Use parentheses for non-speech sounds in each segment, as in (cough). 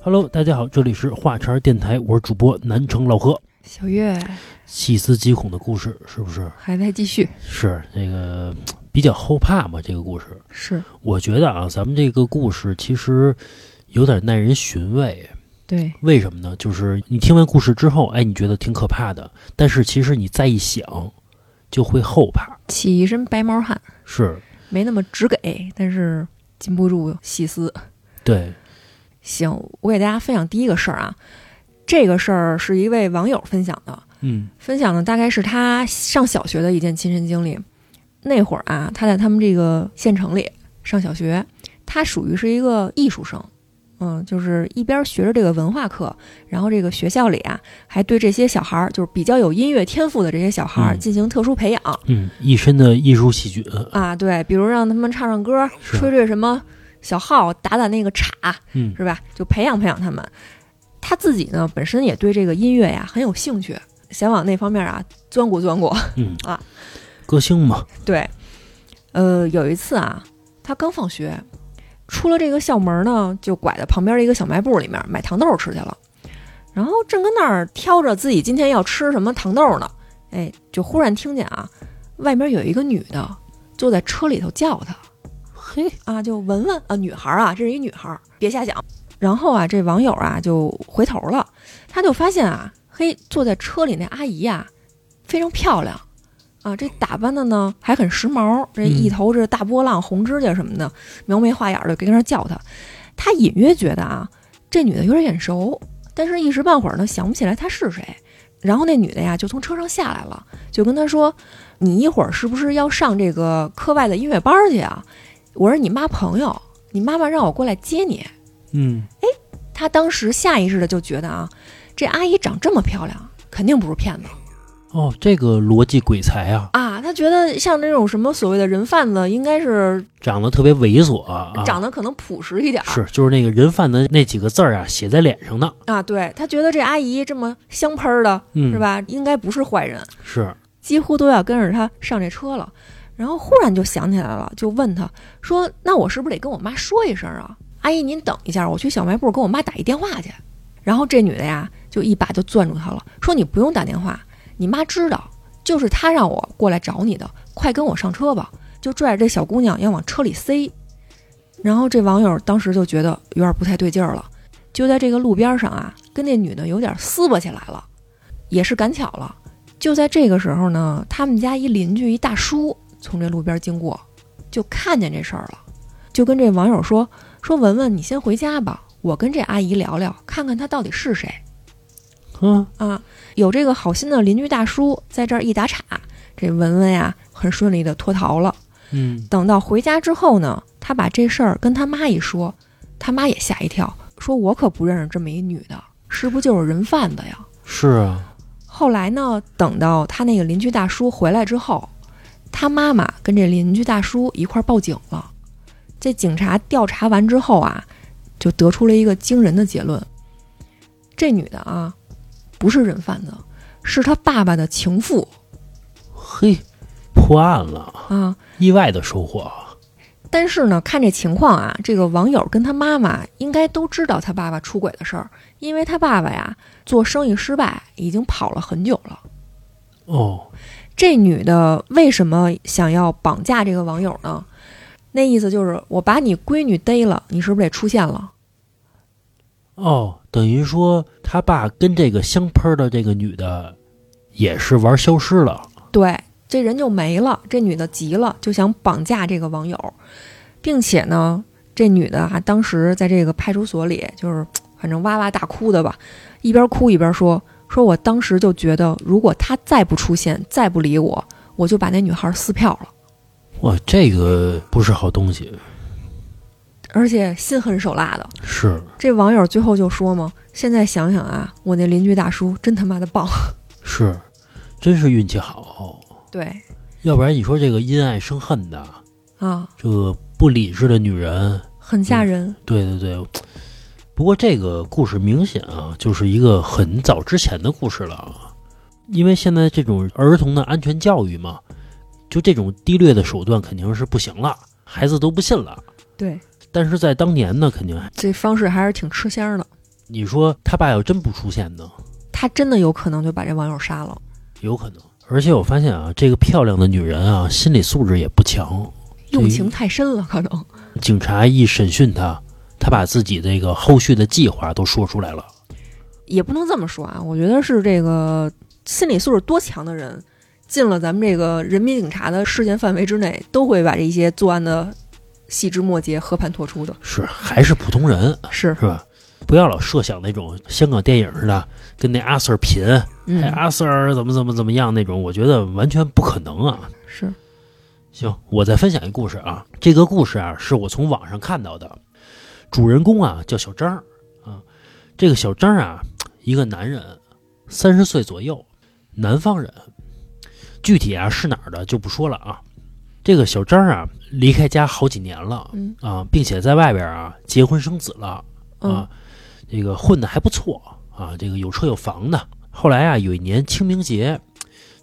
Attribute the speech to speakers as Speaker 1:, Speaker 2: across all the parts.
Speaker 1: Hello，大家好，这里是话茬儿电台，我是主播南城老何。
Speaker 2: 小月
Speaker 1: 细思极恐的故事是不是？
Speaker 2: 还在继续，
Speaker 1: 是这个比较后怕吧？这个故事，
Speaker 2: 是
Speaker 1: 我觉得啊，咱们这个故事其实有点耐人寻味。
Speaker 2: 对，
Speaker 1: 为什么呢？就是你听完故事之后，哎，你觉得挺可怕的，但是其实你再一想，就会后怕。
Speaker 2: 起一身白毛汗，
Speaker 1: 是
Speaker 2: 没那么直给，但是禁不住细思。
Speaker 1: 对，
Speaker 2: 行，我给大家分享第一个事儿啊，这个事儿是一位网友分享的，
Speaker 1: 嗯
Speaker 2: 分享的大概是他上小学的一件亲身经历。那会儿啊，他在他们这个县城里上小学，他属于是一个艺术生，嗯，就是一边学着这个文化课，然后这个学校里啊，还对这些小孩儿，就是比较有音乐天赋的这些小孩儿
Speaker 1: 嗯
Speaker 2: 进行特殊培养。
Speaker 1: 嗯，一身的艺术细菌，
Speaker 2: 啊，对，比如让他们唱唱歌，
Speaker 1: 是
Speaker 2: 吹吹什么小号，打打那个镲，
Speaker 1: 嗯
Speaker 2: 是吧？就培养培养他们。他自己呢，本身也对这个音乐呀很有兴趣，想往那方面啊钻鼓钻鼓。
Speaker 1: 嗯
Speaker 2: 啊，
Speaker 1: 歌星嘛，
Speaker 2: 对，呃，有一次啊，他刚放学，出了这个校门呢，就拐到旁边的一个小卖部里面买糖豆吃去了。然后正跟那儿挑着自己今天要吃什么糖豆呢，哎，就忽然听见啊，外面有一个女的就在车里头叫他。
Speaker 1: 嘿，
Speaker 2: 啊，就文文啊，女孩儿啊，这是一女孩儿，别瞎想。然后啊，这网友啊就回头了，他就发现啊，嘿，坐在车里那阿姨啊，非常漂亮啊，这打扮的呢还很时髦，这一头这大波浪、红指甲什么的，描眉画眼儿的跟那儿叫她。他隐约觉得啊，这女的有点眼熟，但是一时半会儿呢想不起来她是谁。然后那女的呀就从车上下来了，就跟他说：“你一会儿是不是要上这个课外的音乐班儿去啊？”我是你妈朋友，你妈妈让我过来接你。
Speaker 1: 嗯
Speaker 2: 他当时下意识的就觉得啊，这阿姨长这么漂亮，肯定不是骗子
Speaker 1: 哦，这个逻辑鬼才啊，
Speaker 2: 啊。他觉得像这种什么所谓的人贩子，应该是
Speaker 1: 长得特别猥琐啊，啊
Speaker 2: 长得可能朴实一点儿
Speaker 1: 是就是那个人贩子那几个字儿啊，写在脸上的，
Speaker 2: 啊。对他觉得这阿姨这么香喷儿的，
Speaker 1: 嗯，
Speaker 2: 是？吧？应该不是坏人，
Speaker 1: 是，
Speaker 2: 几乎都要跟着他上这车了。然后忽然就想起来了，就问他说：“那我是不是得跟我妈说一声啊？阿姨，您等一下，我去小卖部给我妈打一电话去。”然后这女的呀，就一把就攥住他了，说：“你不用打电话，你妈知道，就是她让我过来找你的，快跟我上车吧。”就拽着这小姑娘要往车里塞。然后这网友当时就觉得有点不太对劲儿了，就在这个路边上啊，跟那女的有点撕巴起来了，也是赶巧了。就在这个时候呢，他们家一邻居一大叔从这路边经过，就看见这事儿了，就跟这网友说说文文，你先回家吧，我跟这阿姨聊聊，看看她到底是谁
Speaker 1: 嗯，
Speaker 2: 啊。有这个好心的邻居大叔在这儿一打岔，这文文呀很顺利的脱逃了。
Speaker 1: 嗯，
Speaker 2: 等到回家之后呢，他把这事儿跟他妈一说，他妈也吓一跳，说我可不认识这么一女的，是不是就是人贩子呀？
Speaker 1: 是啊，
Speaker 2: 后来呢，等到他那个邻居大叔回来之后，他妈妈跟这邻居大叔一块儿报警了。这警察调查完之后啊，就得出了一个惊人的结论：这女的啊，不是人贩子，是他爸爸的情妇
Speaker 1: 嘿，破案了，
Speaker 2: 啊。
Speaker 1: 意外的收获啊，
Speaker 2: 但是呢，看这情况啊，这个网友跟他妈妈应该都知道他爸爸出轨的事儿，因为他爸爸呀做生意失败，已经跑了很久了。
Speaker 1: 哦，
Speaker 2: 这女的为什么想要绑架这个网友呢？那意思就是我把你闺女逮了，你是不是得出现了？
Speaker 1: 哦，等于说他爸跟这个香喷儿的这个女的也是玩消失了，
Speaker 2: 对，这人就没了。这女的急了，就想绑架这个网友，并且呢，这女的啊，当时在这个派出所里，就是反正哇哇大哭的吧，一边哭一边说：“说我当时就觉得，如果他再不出现，再不理我，我就把那女孩撕票了。
Speaker 1: 哇，这个不是好东西，
Speaker 2: 而且心狠手辣的，
Speaker 1: 是
Speaker 2: 这网友最后就说嘛：“现在想想啊，我那邻居大叔真他妈的棒。
Speaker 1: 是，真是运气好，
Speaker 2: 对”
Speaker 1: 要不然你说这个因爱生恨的，
Speaker 2: (laughs) 啊，
Speaker 1: 这个不理智的女人。
Speaker 2: 很吓
Speaker 1: 嗯
Speaker 2: 人。
Speaker 1: 对对对，不过这个故事明显啊，就是一个很早之前的故事了啊，因为现在这种儿童的安全教育嘛，就这种低劣的手段肯定是不行了，孩子都不信了。
Speaker 2: 对，
Speaker 1: 但是在当年呢，肯定还
Speaker 2: 这方式还是挺吃香的。
Speaker 1: 你说他爸要真不出现呢，
Speaker 2: 他真的有可能就把这网友杀了，
Speaker 1: 有可能。而且我发现啊，这个漂亮的女人啊，心理素质也不强。
Speaker 2: 用情太深了，可能。
Speaker 1: 警察一审讯她，她把自己这个后续的计划都说出来了。
Speaker 2: 也不能这么说啊，我觉得是这个心理素质多强的人，进了咱们这个人民警察的视线范围之内，都会把这一些作案的细枝末节和盘托出的。
Speaker 1: 是，还是普通人，
Speaker 2: 是，
Speaker 1: 是吧？不要老设想那种香港电影似的，跟那阿 Sir 贫，哎，
Speaker 2: 嗯，
Speaker 1: 阿 Sir 怎么怎么怎么样那种，我觉得完全不可能啊。
Speaker 2: 嗯是，
Speaker 1: 行，我再分享一个故事啊。这个故事啊，是我从网上看到的。主人公啊叫小张儿啊，这个小张儿啊，一个男人，三十岁左右，南方人。具体啊是哪儿的就不说了啊。这个小张儿啊，离开家好几年了
Speaker 2: 嗯
Speaker 1: 啊，并且在外边啊结婚生子了
Speaker 2: 嗯
Speaker 1: 啊，这个混的还不错啊，这个有车有房的。后来啊，有一年清明节，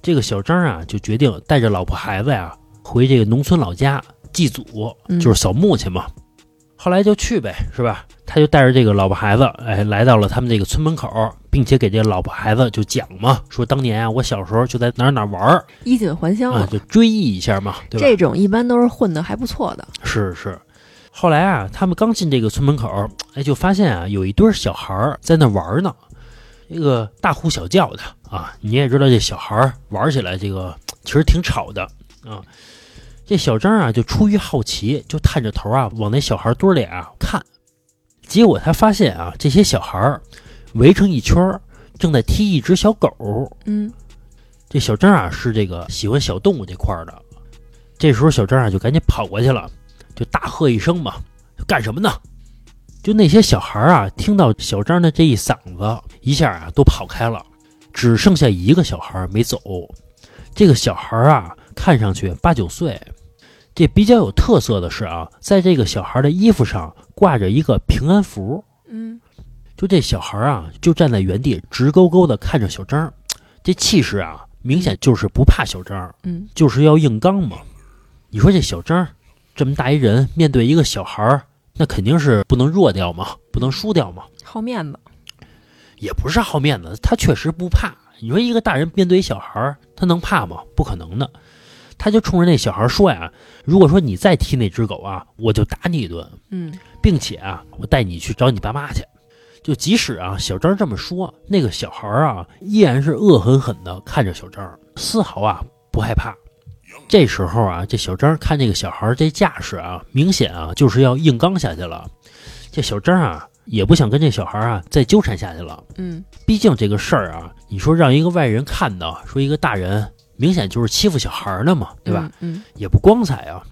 Speaker 1: 这个小张啊就决定带着老婆孩子呀、回这个农村老家祭祖，
Speaker 2: 嗯
Speaker 1: 就是扫墓去嘛。后来就去呗，是吧？他就带着这个老婆孩子，哎，来到了他们这个村门口，并且给这个老婆孩子就讲嘛，说当年啊，我小时候就在哪儿哪儿玩儿
Speaker 2: 衣锦还乡
Speaker 1: 啊
Speaker 2: 了，。
Speaker 1: 就追忆一下嘛，对吧？
Speaker 2: 这种一般都是混的还不错的。
Speaker 1: 是是。后来啊，他们刚进这个村门口，哎，就发现啊，有一堆小孩儿在那玩呢，这个大呼小叫的啊。你也知道，这小孩儿玩起来这个其实挺吵的啊。这小张啊，就出于好奇，就探着头啊往那小孩堆里啊看，结果他发现啊，这些小孩儿围成一圈儿，正在踢一只小狗。
Speaker 2: 嗯
Speaker 1: 这小张啊是这个喜欢小动物这块儿的，这时候小张啊就赶紧跑过去了，就大喝一声嘛，干什么呢？就那些小孩儿啊，听到小张的这一嗓子，一下啊都跑开了，只剩下一个小孩儿没走。这个小孩儿啊，看上去八九岁。这比较有特色的是啊，在这个小孩儿的衣服上挂着一个平安符，
Speaker 2: 嗯，
Speaker 1: 就这小孩儿啊，就站在原地直勾勾的看着小张儿，这气势啊，明显就是不怕小张儿，
Speaker 2: 嗯，
Speaker 1: 就是要硬刚嘛。你说这小张儿这么大一人，面对一个小孩儿，那肯定是不能弱掉嘛，不能输掉嘛。
Speaker 2: 好面子。
Speaker 1: 也不是好面子，他确实不怕。你说一个大人面对一小孩儿，他能怕吗？不可能的。他就冲着那小孩儿说呀：“如果说你再踢那只狗啊，我就打你一顿。”
Speaker 2: 嗯，
Speaker 1: 并且啊，我带你去找你爸妈去。就即使啊，小张这么说，那个小孩儿啊，依然是恶狠狠地看着小张，丝毫啊不害怕。这时候啊，这小张看这个小孩儿这架势啊，明显啊就是要硬刚下去了。这小张啊，也不想跟这小孩儿啊再纠缠下去了。
Speaker 2: 嗯，
Speaker 1: 毕竟这个事儿啊，你说让一个外人看到，说一个大人，明显就是欺负小孩儿呢嘛，对吧？？
Speaker 2: 嗯，
Speaker 1: 也不光彩啊。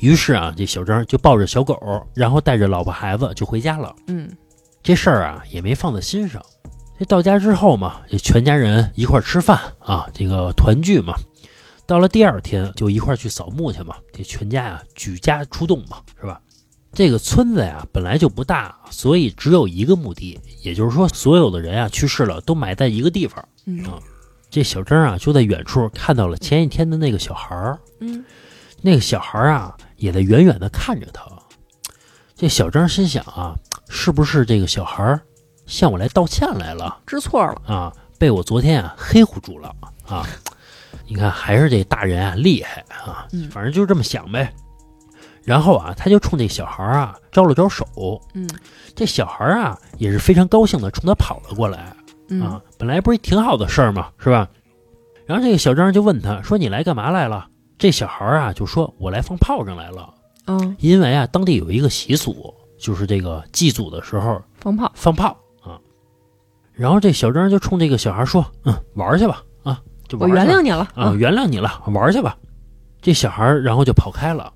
Speaker 1: 于是啊，这小张就抱着小狗，然后带着老婆孩子就回家了。
Speaker 2: 嗯
Speaker 1: 这事儿啊也没放在心上。这到家之后嘛，这全家人一块儿吃饭啊，这个团聚嘛。到了第二天就一块儿去扫墓去嘛，这全家啊举家出动嘛，是吧？这个村子呀本来就不大，所以只有一个墓地，也就是说所有的人啊去世了都埋在一个地方。
Speaker 2: 嗯
Speaker 1: 啊这小张啊就在远处看到了前一天的那个小孩儿，
Speaker 2: 嗯
Speaker 1: 那个小孩儿啊，也在远远的看着他。这小张心想啊，是不是这个小孩儿向我来道歉来了
Speaker 2: 知错了。
Speaker 1: 啊？被我昨天啊黑唬住了啊！你看，还是这大人啊厉害啊
Speaker 2: 嗯！
Speaker 1: 反正就是这么想呗。然后啊，他就冲这小孩儿啊招了招手，
Speaker 2: 嗯
Speaker 1: 这小孩儿啊也是非常高兴的冲他跑了过来
Speaker 2: 嗯
Speaker 1: 啊。本来不是挺好的事儿嘛，是吧？然后这个小张就问他说：“你来干嘛来了？”这小孩儿啊就说：“我来放炮仗来了。”
Speaker 2: 嗯，
Speaker 1: 因为啊，当地有一个习俗，就是这个祭祖的时候
Speaker 2: 放炮。
Speaker 1: 放炮啊。然后这小张就冲这个小孩说：“嗯，玩儿去吧，啊，就
Speaker 2: 我
Speaker 1: 玩儿去
Speaker 2: 原
Speaker 1: 吧
Speaker 2: 谅你了
Speaker 1: 啊，！原谅你了，玩儿去吧。”这小孩儿然后就跑开了。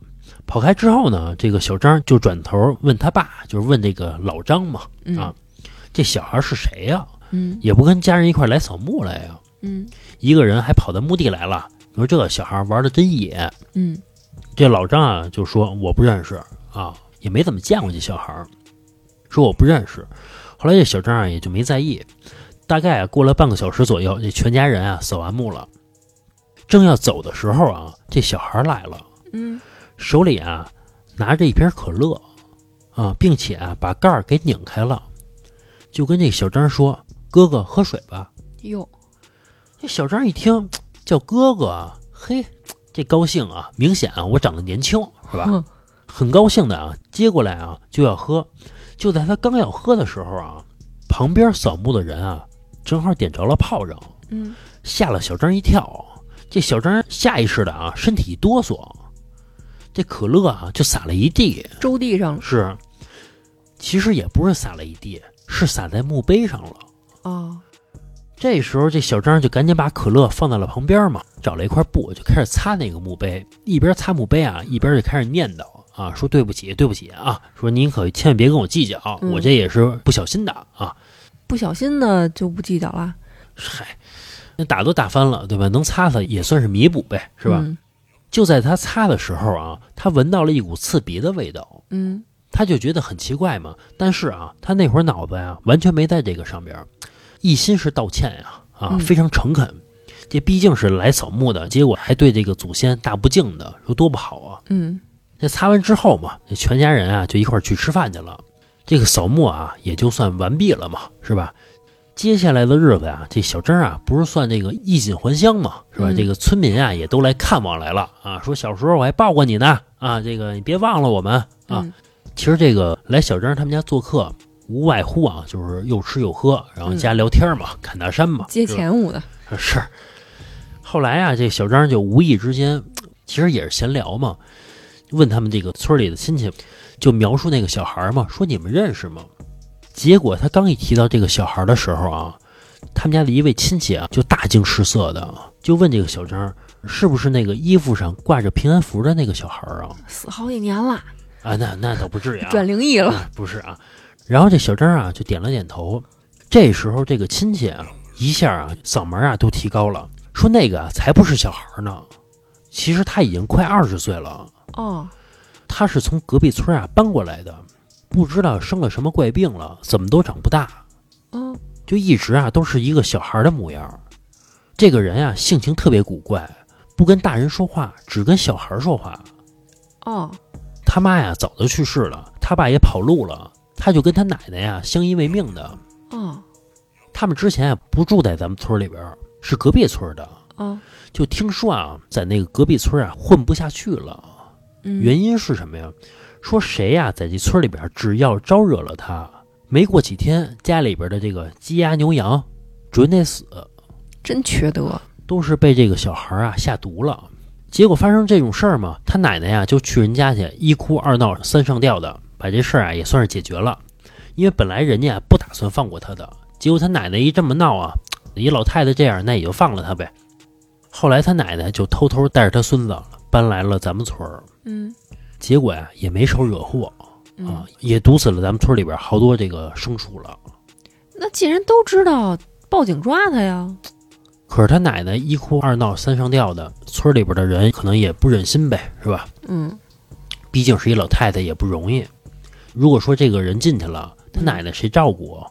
Speaker 1: 跑开之后呢，这个小张就转头问他爸，就是问这个老张嘛，
Speaker 2: 嗯
Speaker 1: 啊这小孩是谁呀、
Speaker 2: 嗯
Speaker 1: 也不跟家人一块儿来扫墓来啊呀、
Speaker 2: 嗯
Speaker 1: 一个人还跑到墓地来了。你说这个小孩玩的真野，
Speaker 2: 嗯
Speaker 1: 这老张啊就说我不认识啊，也没怎么见过这小孩儿，说我不认识。后来这小张啊也就没在意。大概啊过了半个小时左右，这全家人啊扫完墓了，正要走的时候啊，这小孩儿来了，
Speaker 2: 嗯
Speaker 1: 手里啊拿着一瓶可乐啊，并且啊把盖儿给拧开了。就跟这小张说：“哥哥，喝水吧。”
Speaker 2: 哟，
Speaker 1: 这小张一听叫哥哥啊，嘿，这高兴啊，明显啊，我长得年轻是吧？
Speaker 2: 嗯
Speaker 1: 很高兴的啊，接过来啊就要喝。就在他刚要喝的时候啊，旁边扫墓的人啊，正好点着了炮仗，
Speaker 2: 嗯，
Speaker 1: 吓了小张一跳。这小张下意识的啊，身体一哆嗦，这可乐啊就洒了一地。
Speaker 2: 周地上了
Speaker 1: 是，其实也不是洒了一地，是洒在墓碑上了。
Speaker 2: 哦，
Speaker 1: 这时候，这小张就赶紧把可乐放到了旁边嘛，找了一块布就开始擦那个墓碑，一边擦墓碑啊，一边就开始念叨啊，说对不起，对不起啊，说您可千万别跟我计较，
Speaker 2: 嗯
Speaker 1: 我这也是不小心的啊，
Speaker 2: 不小心的就不计较了，
Speaker 1: 嗨，那打都打翻了，对吧？能擦擦也算是弥补呗，是吧？
Speaker 2: 嗯
Speaker 1: 就在他擦的时候啊，他闻到了一股刺鼻的味道，
Speaker 2: 嗯
Speaker 1: 他就觉得很奇怪嘛。但是啊，他那会儿脑子呀、完全没在这个上边儿，一心是道歉呀、啊，
Speaker 2: 嗯
Speaker 1: 非常诚恳。这毕竟是来扫墓的，结果还对这个祖先大不敬的，说多不好啊！
Speaker 2: 嗯
Speaker 1: 这擦完之后嘛，这全家人啊就一块儿去吃饭去了。这个扫墓啊也就算完毕了嘛，是吧？接下来的日子啊，这小张啊不是算这个衣锦还乡嘛，是吧？
Speaker 2: 嗯
Speaker 1: 这个村民啊也都来看望来了啊，说小时候我还抱过你呢啊，这个你别忘了我们啊。
Speaker 2: 嗯
Speaker 1: 其实这个来小张他们家做客，无外乎啊，就是又吃又喝，然后
Speaker 2: 嗯
Speaker 1: 加聊天嘛，侃大山嘛，
Speaker 2: 接
Speaker 1: 是吧
Speaker 2: 前五的，
Speaker 1: 是。后来啊，这小张就无意之间，其实也是闲聊嘛，问他们这个村里的亲戚，就描述那个小孩嘛，说你们认识吗？结果他刚一提到这个小孩的时候啊，他们家的一位亲戚啊，就大惊失色的，就问这个小张是不是那个衣服上挂着平安符的那个小孩啊？
Speaker 2: 死好几年了，
Speaker 1: 啊，那那倒不至于啊，
Speaker 2: 转灵异了，
Speaker 1: 啊不是啊。然后这小张啊就点了点头。这时候这个亲戚啊一下啊嗓门啊都提高了，说那个啊才不是小孩呢，其实他已经快二十岁了，
Speaker 2: 哦，
Speaker 1: 他是从隔壁村啊搬过来的，不知道生了什么怪病了，怎么都长不大，
Speaker 2: 哦，
Speaker 1: 就一直啊都是一个小孩的模样。这个人啊性情特别古怪，不跟大人说话，只跟小孩说话。
Speaker 2: 哦，
Speaker 1: 他妈呀早就去世了，他爸也跑路了，他就跟他奶奶呀相依为命的。
Speaker 2: 哦，
Speaker 1: 他们之前啊不住在咱们村里边儿，是隔壁村的。
Speaker 2: 哦，
Speaker 1: 就听说啊，在那个隔壁村啊混不下去了，
Speaker 2: 嗯，
Speaker 1: 原因是什么呀？说谁呀、在这村里边儿只要招惹了他，没过几天，家里边的这个鸡鸭牛羊准得死，
Speaker 2: 真缺德，
Speaker 1: 都是被这个小孩啊下毒了。结果发生这种事儿嘛，他奶奶呀、就去人家去，一哭二闹三上吊的，把这事儿啊也算是解决了。因为本来人家不打算放过他的，结果他奶奶一这么闹啊，一老太太这样，那也就放了他呗。后来他奶奶就偷偷带着他孙子搬来了咱们村儿，
Speaker 2: 嗯
Speaker 1: 结果呀、也没少惹祸啊
Speaker 2: 嗯，，
Speaker 1: 也毒死了咱们村里边好多这个牲畜了。
Speaker 2: 那既然都知道，报警抓他呀，
Speaker 1: 可是他奶奶一哭二闹三上吊的，村里边的人可能也不忍心呗，是吧？
Speaker 2: 嗯
Speaker 1: 毕竟是一老太太也不容易。如果说这个人进去了，他奶奶谁照顾啊？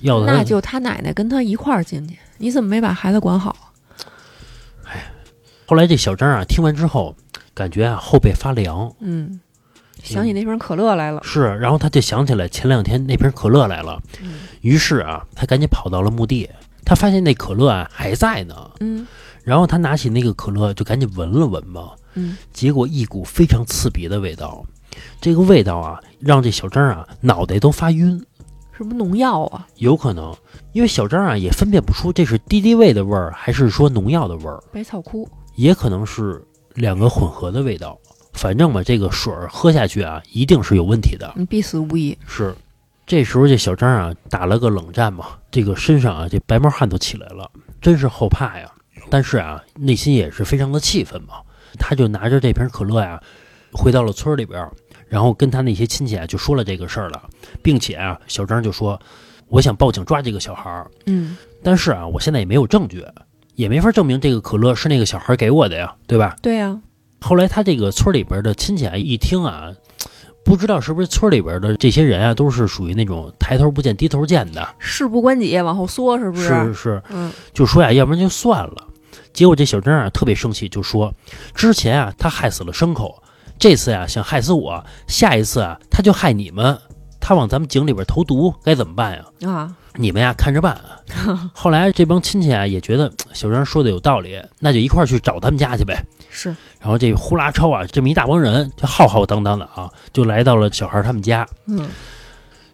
Speaker 1: 要他
Speaker 2: 嗯那就他奶奶跟他一块儿进去，你怎么没把孩子管好啊？
Speaker 1: 后来这小张啊，听完之后，感觉啊后背发凉，
Speaker 2: 嗯，想起那瓶可乐来了，
Speaker 1: 是，然后他就想起来前两天那瓶可乐来了，
Speaker 2: 嗯
Speaker 1: 于是啊，他赶紧跑到了墓地，他发现那可乐啊还在呢，
Speaker 2: 嗯
Speaker 1: 然后他拿起那个可乐就赶紧闻了闻嘛，
Speaker 2: 嗯，
Speaker 1: 结果一股非常刺鼻的味道，这个味道啊让这小张啊脑袋都发晕，
Speaker 2: 是不是农药啊？
Speaker 1: 有可能，因为小张啊也分辨不出这是敌敌畏的味儿，还是说农药的味儿，
Speaker 2: 百草枯，
Speaker 1: 也可能是两个混合的味道。反正吧，这个水儿喝下去啊，一定是有问题的。
Speaker 2: 你必死无疑。
Speaker 1: 是，这时候这小张啊打了个冷战嘛，这个身上啊这白毛汗都起来了，真是后怕呀。但是啊，内心也是非常的气愤嘛。他就拿着这瓶可乐呀、回到了村里边儿，然后跟他那些亲戚啊就说了这个事儿了，并且啊，小张就说：“我想报警抓这个小孩儿，
Speaker 2: 嗯
Speaker 1: 但是啊，我现在也没有证据，也没法证明这个可乐是那个小孩给我的呀，对吧，？”
Speaker 2: 对呀、啊
Speaker 1: 后来他这个村里边的亲戚啊，一听啊，不知道是不是村里边的这些人啊，都是属于那种抬头不见低头见的，
Speaker 2: 事不关己往后缩，是不是？
Speaker 1: 是是，
Speaker 2: 嗯
Speaker 1: 就说呀、要不然就算了。结果这小张啊特别生气，就说之前啊他害死了牲口，这次呀、想害死我，下一次啊他就害你们，他往咱们井里边投毒，该怎么办呀？
Speaker 2: 啊，
Speaker 1: 你们呀看着办。啊后来这帮亲戚啊也觉得小张说的有道理，那就一块儿去找他们家去呗。
Speaker 2: 是
Speaker 1: 然后这呼啦超啊，这么一大帮人，就浩浩荡荡的啊，就来到了小孩他们家。
Speaker 2: 嗯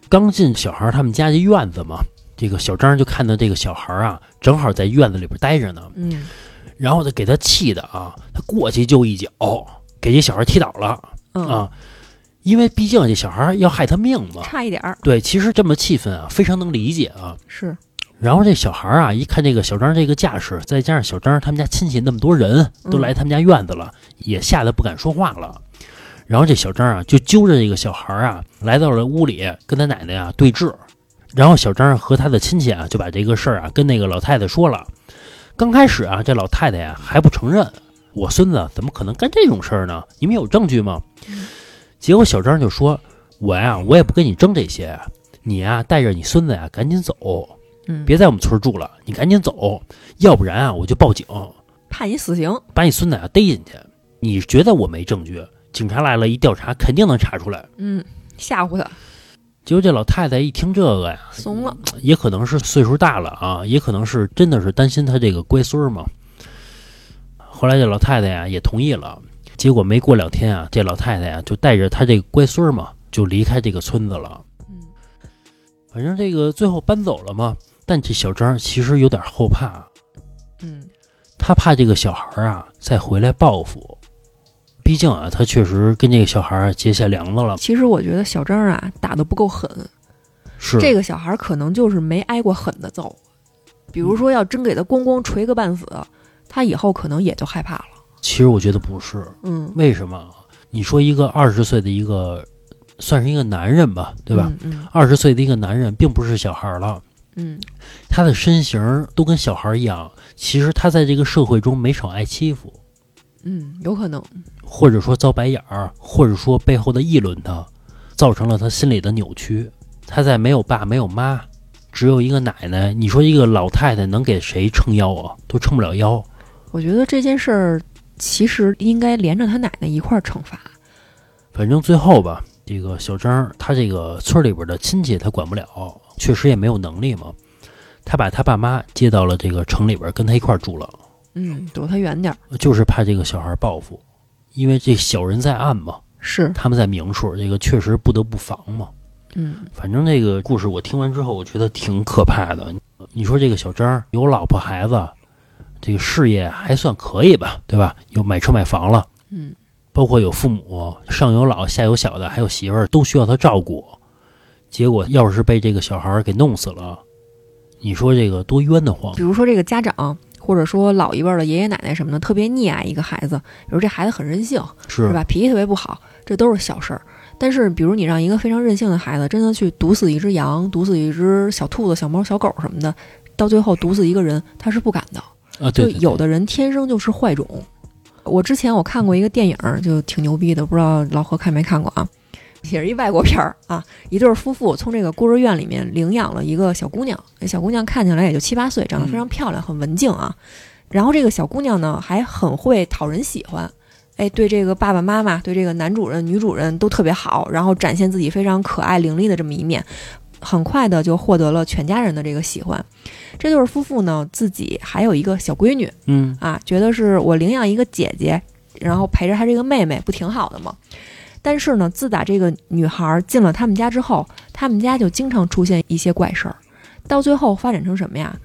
Speaker 1: 刚进小孩他们家这院子嘛，这个小张就看到这个小孩啊，正好在院子里边待着呢，
Speaker 2: 嗯，
Speaker 1: 然后就给他气的啊，他过去就一脚给这小孩踢倒了
Speaker 2: 嗯
Speaker 1: 啊，因为毕竟这小孩要害他命嘛。
Speaker 2: 差一点儿
Speaker 1: 对，其实这么气氛啊，非常能理解啊。
Speaker 2: 是
Speaker 1: 然后这小孩啊，一看这个小张这个架势，再加上小张他们家亲戚那么多人
Speaker 2: 嗯
Speaker 1: 都来他们家院子了，也吓得不敢说话了。然后这小张啊，就揪着这个小孩啊，来到了屋里，跟他奶奶啊对峙。然后小张和他的亲戚啊，就把这个事儿啊跟那个老太太说了。刚开始啊，这老太太呀、还不承认，我孙子怎么可能干这种事儿呢？你们有证据吗？结果小张就说：“我呀、我也不跟你争这些，啊你呀、带着你孙子呀、赶紧走。”
Speaker 2: 嗯，
Speaker 1: 别在我们村儿住了，你赶紧走，要不然啊，我就报警，
Speaker 2: 判你死刑。
Speaker 1: 把你孙子啊逮进去。你觉得我没证据？警察来了，一调查肯定能查出来。
Speaker 2: 嗯，吓唬他，
Speaker 1: 结果这老太太一听这个呀，
Speaker 2: 怂了。
Speaker 1: 也可能是岁数大了啊，也可能是真的是担心她这个乖孙儿嘛。后来这老太太呀也同意了，结果没过两天啊，这老太太呀就带着她这个乖孙儿嘛，就离开这个村子了。
Speaker 2: 嗯
Speaker 1: 反正这个最后搬走了嘛，但这小张其实有点后怕，啊
Speaker 2: 嗯
Speaker 1: 他怕这个小孩儿啊再回来报复，毕竟啊，他确实跟这个小孩儿结下梁子了。
Speaker 2: 其实我觉得小张啊打的不够狠，
Speaker 1: 是
Speaker 2: 这个小孩可能就是没挨过狠的揍，比如说要真给他咣咣锤个半死，他以后可能也就害怕了。
Speaker 1: 其实我觉得不是，
Speaker 2: 嗯，
Speaker 1: 为什么啊？你说一个二十岁的一个，算是一个男人吧，对吧？？
Speaker 2: 嗯
Speaker 1: 二十、岁的一个男人，并不是小孩儿了，
Speaker 2: 嗯
Speaker 1: 他的身形儿都跟小孩儿一样。其实他在这个社会中没少挨欺负，
Speaker 2: 嗯，有可能。
Speaker 1: 或者说遭白眼儿，或者说背后的议论他，造成了他心理的扭曲。他在没有爸没有妈，只有一个奶奶，你说一个老太太能给谁撑腰啊？都撑不了腰。
Speaker 2: 我觉得这件事儿其实应该连着他奶奶一块儿惩罚。
Speaker 1: 反正最后吧，这个小张他这个村里边的亲戚他管不了，确实也没有能力嘛。他把他爸妈接到了这个城里边，跟他一块儿住了，
Speaker 2: 嗯，躲他远点儿。
Speaker 1: 就是怕这个小孩报复，因为这小人在暗嘛，
Speaker 2: 是，
Speaker 1: 他们在明处，这个确实不得不防嘛。
Speaker 2: 嗯
Speaker 1: 反正这个故事我听完之后，我觉得挺可怕的。你说这个小张儿有老婆孩子，这个事业还算可以吧，对吧？有买车买房了，
Speaker 2: 嗯，
Speaker 1: 包括有父母，上有老下有小的，还有媳妇儿，都需要他照顾。结果要是被这个小孩儿给弄死了，你说这个多冤得慌
Speaker 2: 比！如说这个家长或者说老一辈儿的爷爷奶奶什么的，特别溺爱一个孩子，比如这孩子很任性，是
Speaker 1: 是
Speaker 2: 吧？脾气特别不好，这都是小事儿。但是，比如你让一个非常任性的孩子，真的去毒死一只羊、毒死一只小兔子、小猫、小狗什么的，到最后毒死一个人，他是不敢的。
Speaker 1: 啊，对对对
Speaker 2: 就有的人天生就是坏种。我之前我看过一个电影儿，就挺牛逼的，不知道老何看没看过啊？也是一外国片儿啊，一对儿夫妇从这个孤儿院里面领养了一个小姑娘，那小姑娘看起来也就七八岁，长
Speaker 1: 嗯
Speaker 2: 得非常漂亮，很文静啊。然后这个小姑娘呢，还很会讨人喜欢，哎，对这个爸爸妈妈、对这个男主人、女主人都特别好，然后展现自己非常可爱伶俐的这么一面，很快的就获得了全家人的这个喜欢。这对儿夫妇呢，自己还有一个小闺女，
Speaker 1: 嗯
Speaker 2: 啊，觉得是我领养一个姐姐，然后陪着她这个妹妹，不挺好的吗？但是呢，自打这个女孩进了他们家之后，他们家就经常出现一些怪事儿，到最后发展成什么呀？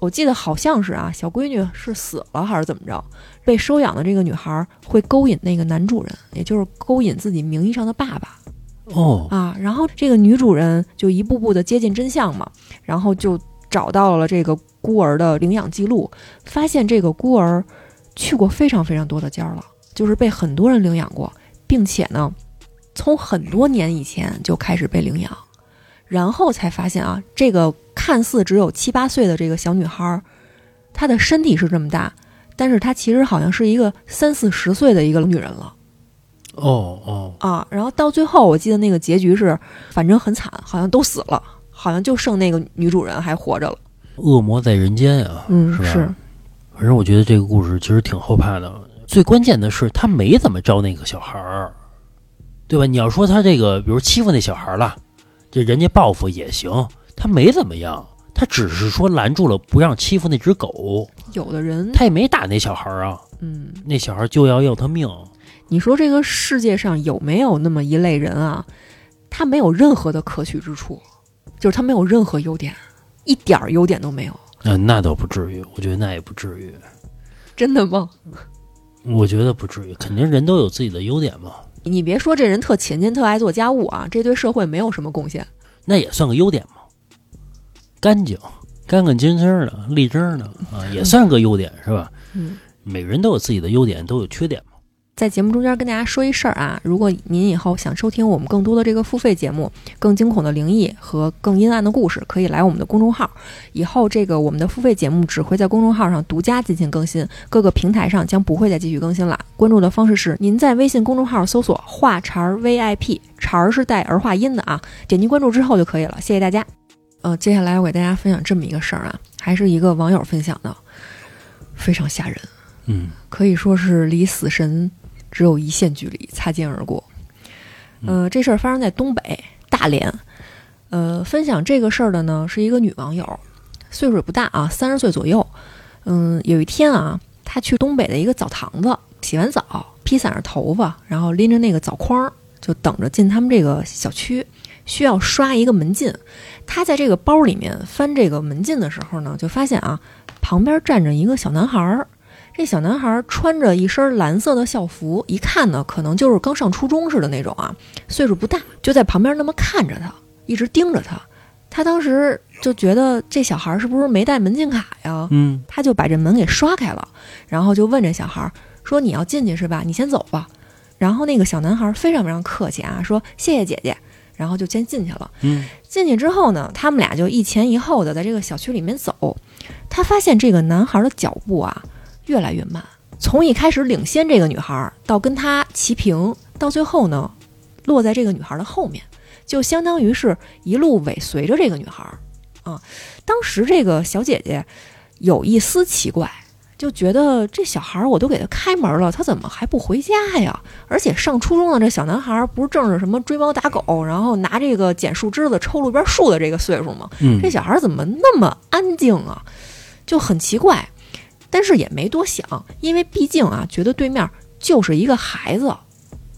Speaker 2: 我记得好像是啊，小闺女是死了还是怎么着？被收养的这个女孩会勾引那个男主人，也就是勾引自己名义上的爸爸。
Speaker 1: 哦，
Speaker 2: 啊，然后这个女主人就一步步的接近真相嘛，然后就找到了这个孤儿的领养记录，发现这个孤儿去过非常非常多的家了，就是被很多人领养过，并且呢，从很多年以前就开始被领养，然后才发现啊，这个看似只有七八岁的这个小女孩儿，她的身体是这么大，但是她其实好像是一个三四十岁的一个女人了。
Speaker 1: 哦哦，
Speaker 2: 啊，然后到最后，我记得那个结局是，反正很惨，好像都死了，好像就剩那个女主人还活着了。
Speaker 1: 恶魔在人间啊呀、
Speaker 2: 嗯
Speaker 1: 是吧反正我觉得这个故事其实挺后怕的。最关键的是，他没怎么招那个小孩儿，对吧？你要说他这个，比如欺负那小孩儿了，这人家报复也行，他没怎么样，他只是说拦住了不让欺负那只狗，
Speaker 2: 有的人，
Speaker 1: 他也没打那小孩儿啊，
Speaker 2: 嗯，
Speaker 1: 那小孩儿就要要他命。
Speaker 2: 你说这个世界上有没有那么一类人啊？他没有任何的可取之处，就是他没有任何优点，一点儿优点都没有，
Speaker 1: 嗯、那倒不至于，我觉得那也不至于，
Speaker 2: 真的吗？
Speaker 1: 我觉得不至于，肯定人都有自己的优点嘛，
Speaker 2: 你别说这人特勤勤，特爱做家务啊，这对社会没有什么贡献。
Speaker 1: 那也算个优点嘛，干净、干干净净儿的、立正儿的啊，也算个优点是吧？
Speaker 2: 嗯，
Speaker 1: 每个人都有自己的优点，都有缺点嘛。
Speaker 2: 在节目中间跟大家说一事儿啊，如果您以后想收听我们更多的这个付费节目，更惊恐的灵异和更阴暗的故事，可以来我们的公众号。以后这个我们的付费节目只会在公众号上独家进行更新，各个平台上将不会再继续更新了。关注的方式是您在微信公众号搜索“话茬儿 VIP”，茬儿是带儿化音的啊，点击关注之后就可以了。谢谢大家。呃，接下来我给大家分享这么一个事儿啊，还是一个网友分享的，非常吓人。
Speaker 1: 嗯
Speaker 2: 可以说是离死神只有一线距离，擦肩而过。呃，这事儿发生在东北大连。呃，分享这个事儿的呢是一个女网友，岁数也不大啊，三十岁左右。嗯，有一天啊，她去东北的一个澡堂子洗完澡，披散着头发，然后拎着那个澡筐儿，就等着进他们这个小区，需要刷一个门禁。她在这个包里面翻这个门禁的时候呢，就发现啊，旁边站着一个小男孩儿。这小男孩穿着一身蓝色的校服，一看呢，可能就是刚上初中似的那种啊，岁数不大，就在旁边那么看着他，一直盯着他。他当时就觉得这小孩是不是没带门禁卡呀？
Speaker 1: 嗯
Speaker 2: 他就把这门给刷开了，然后就问这小孩儿说：“你要进去是吧？你先走吧。”然后那个小男孩非常非常客气啊，说：“谢谢姐姐。”然后就先进去了。
Speaker 1: 嗯
Speaker 2: 进去之后呢，他们俩就一前一后的在这个小区里面走。他发现这个男孩的脚步啊越来越慢，从一开始领先这个女孩，到跟她齐平，到最后呢落在这个女孩的后面，就相当于是一路尾随着这个女孩。啊，当时这个小姐姐有一丝奇怪，就觉得这小孩儿我都给他开门了，他怎么还不回家呀？而且上初中的这小男孩儿不是正是什么追猫打狗，然后拿这个捡树枝子抽路边树的这个岁数吗？
Speaker 1: 嗯
Speaker 2: 这小孩儿怎么那么安静啊？就很奇怪，但是也没多想，因为毕竟啊，觉得对面就是一个孩子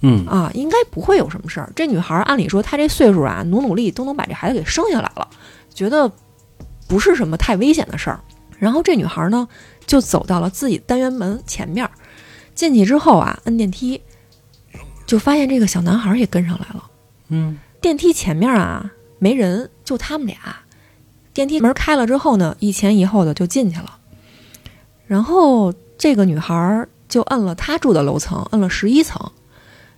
Speaker 1: 嗯
Speaker 2: 啊，应该不会有什么事儿。这女孩儿按理说她这岁数啊，努努力都能把这孩子给生下来了，觉得不是什么太危险的事儿。然后这女孩儿呢，就走到了自己单元门前面儿，进去之后啊，摁电梯，就发现这个小男孩儿也跟上来了。
Speaker 1: 嗯
Speaker 2: 电梯前面啊没人，就他们俩。电梯门开了之后呢，一前一后的就进去了。然后这个女孩儿就摁了她住的楼层，摁了十一层。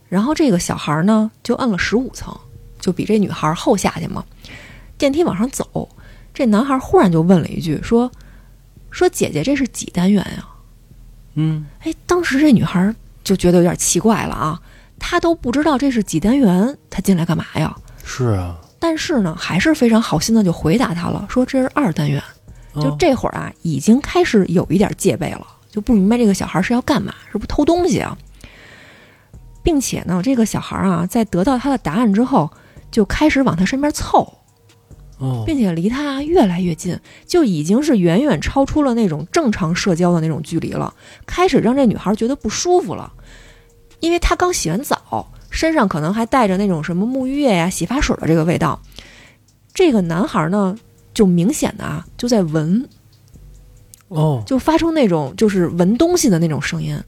Speaker 2: 然后这个小孩儿呢就摁了十五层，就比这女孩儿后下去嘛。电梯往上走，这男孩儿忽然就问了一句，说：“说姐姐，这是几单元呀、
Speaker 1: 嗯
Speaker 2: 哎，当时这女孩儿就觉得有点奇怪了啊，她都不知道这是几单元，她进来干嘛呀？
Speaker 1: 是啊，
Speaker 2: 但是呢，还是非常好心的就回答他了，说这是二单元。就
Speaker 1: 哦
Speaker 2: 这会儿啊，已经开始有一点戒备了，就不明白这个小孩是要干嘛，是不是偷东西啊？并且呢，这个小孩啊，在得到他的答案之后，就开始往他身边凑，
Speaker 1: 哦
Speaker 2: 并且离他越来越近，就已经是远远超出了那种正常社交的那种距离了，开始让这女孩觉得不舒服了，因为她刚洗完澡，身上可能还带着那种什么沐浴液呀、洗发水的这个味道。这个男孩呢，就明显的啊，就在闻，
Speaker 1: 哦，
Speaker 2: 就发出那种就是闻东西的那种声音。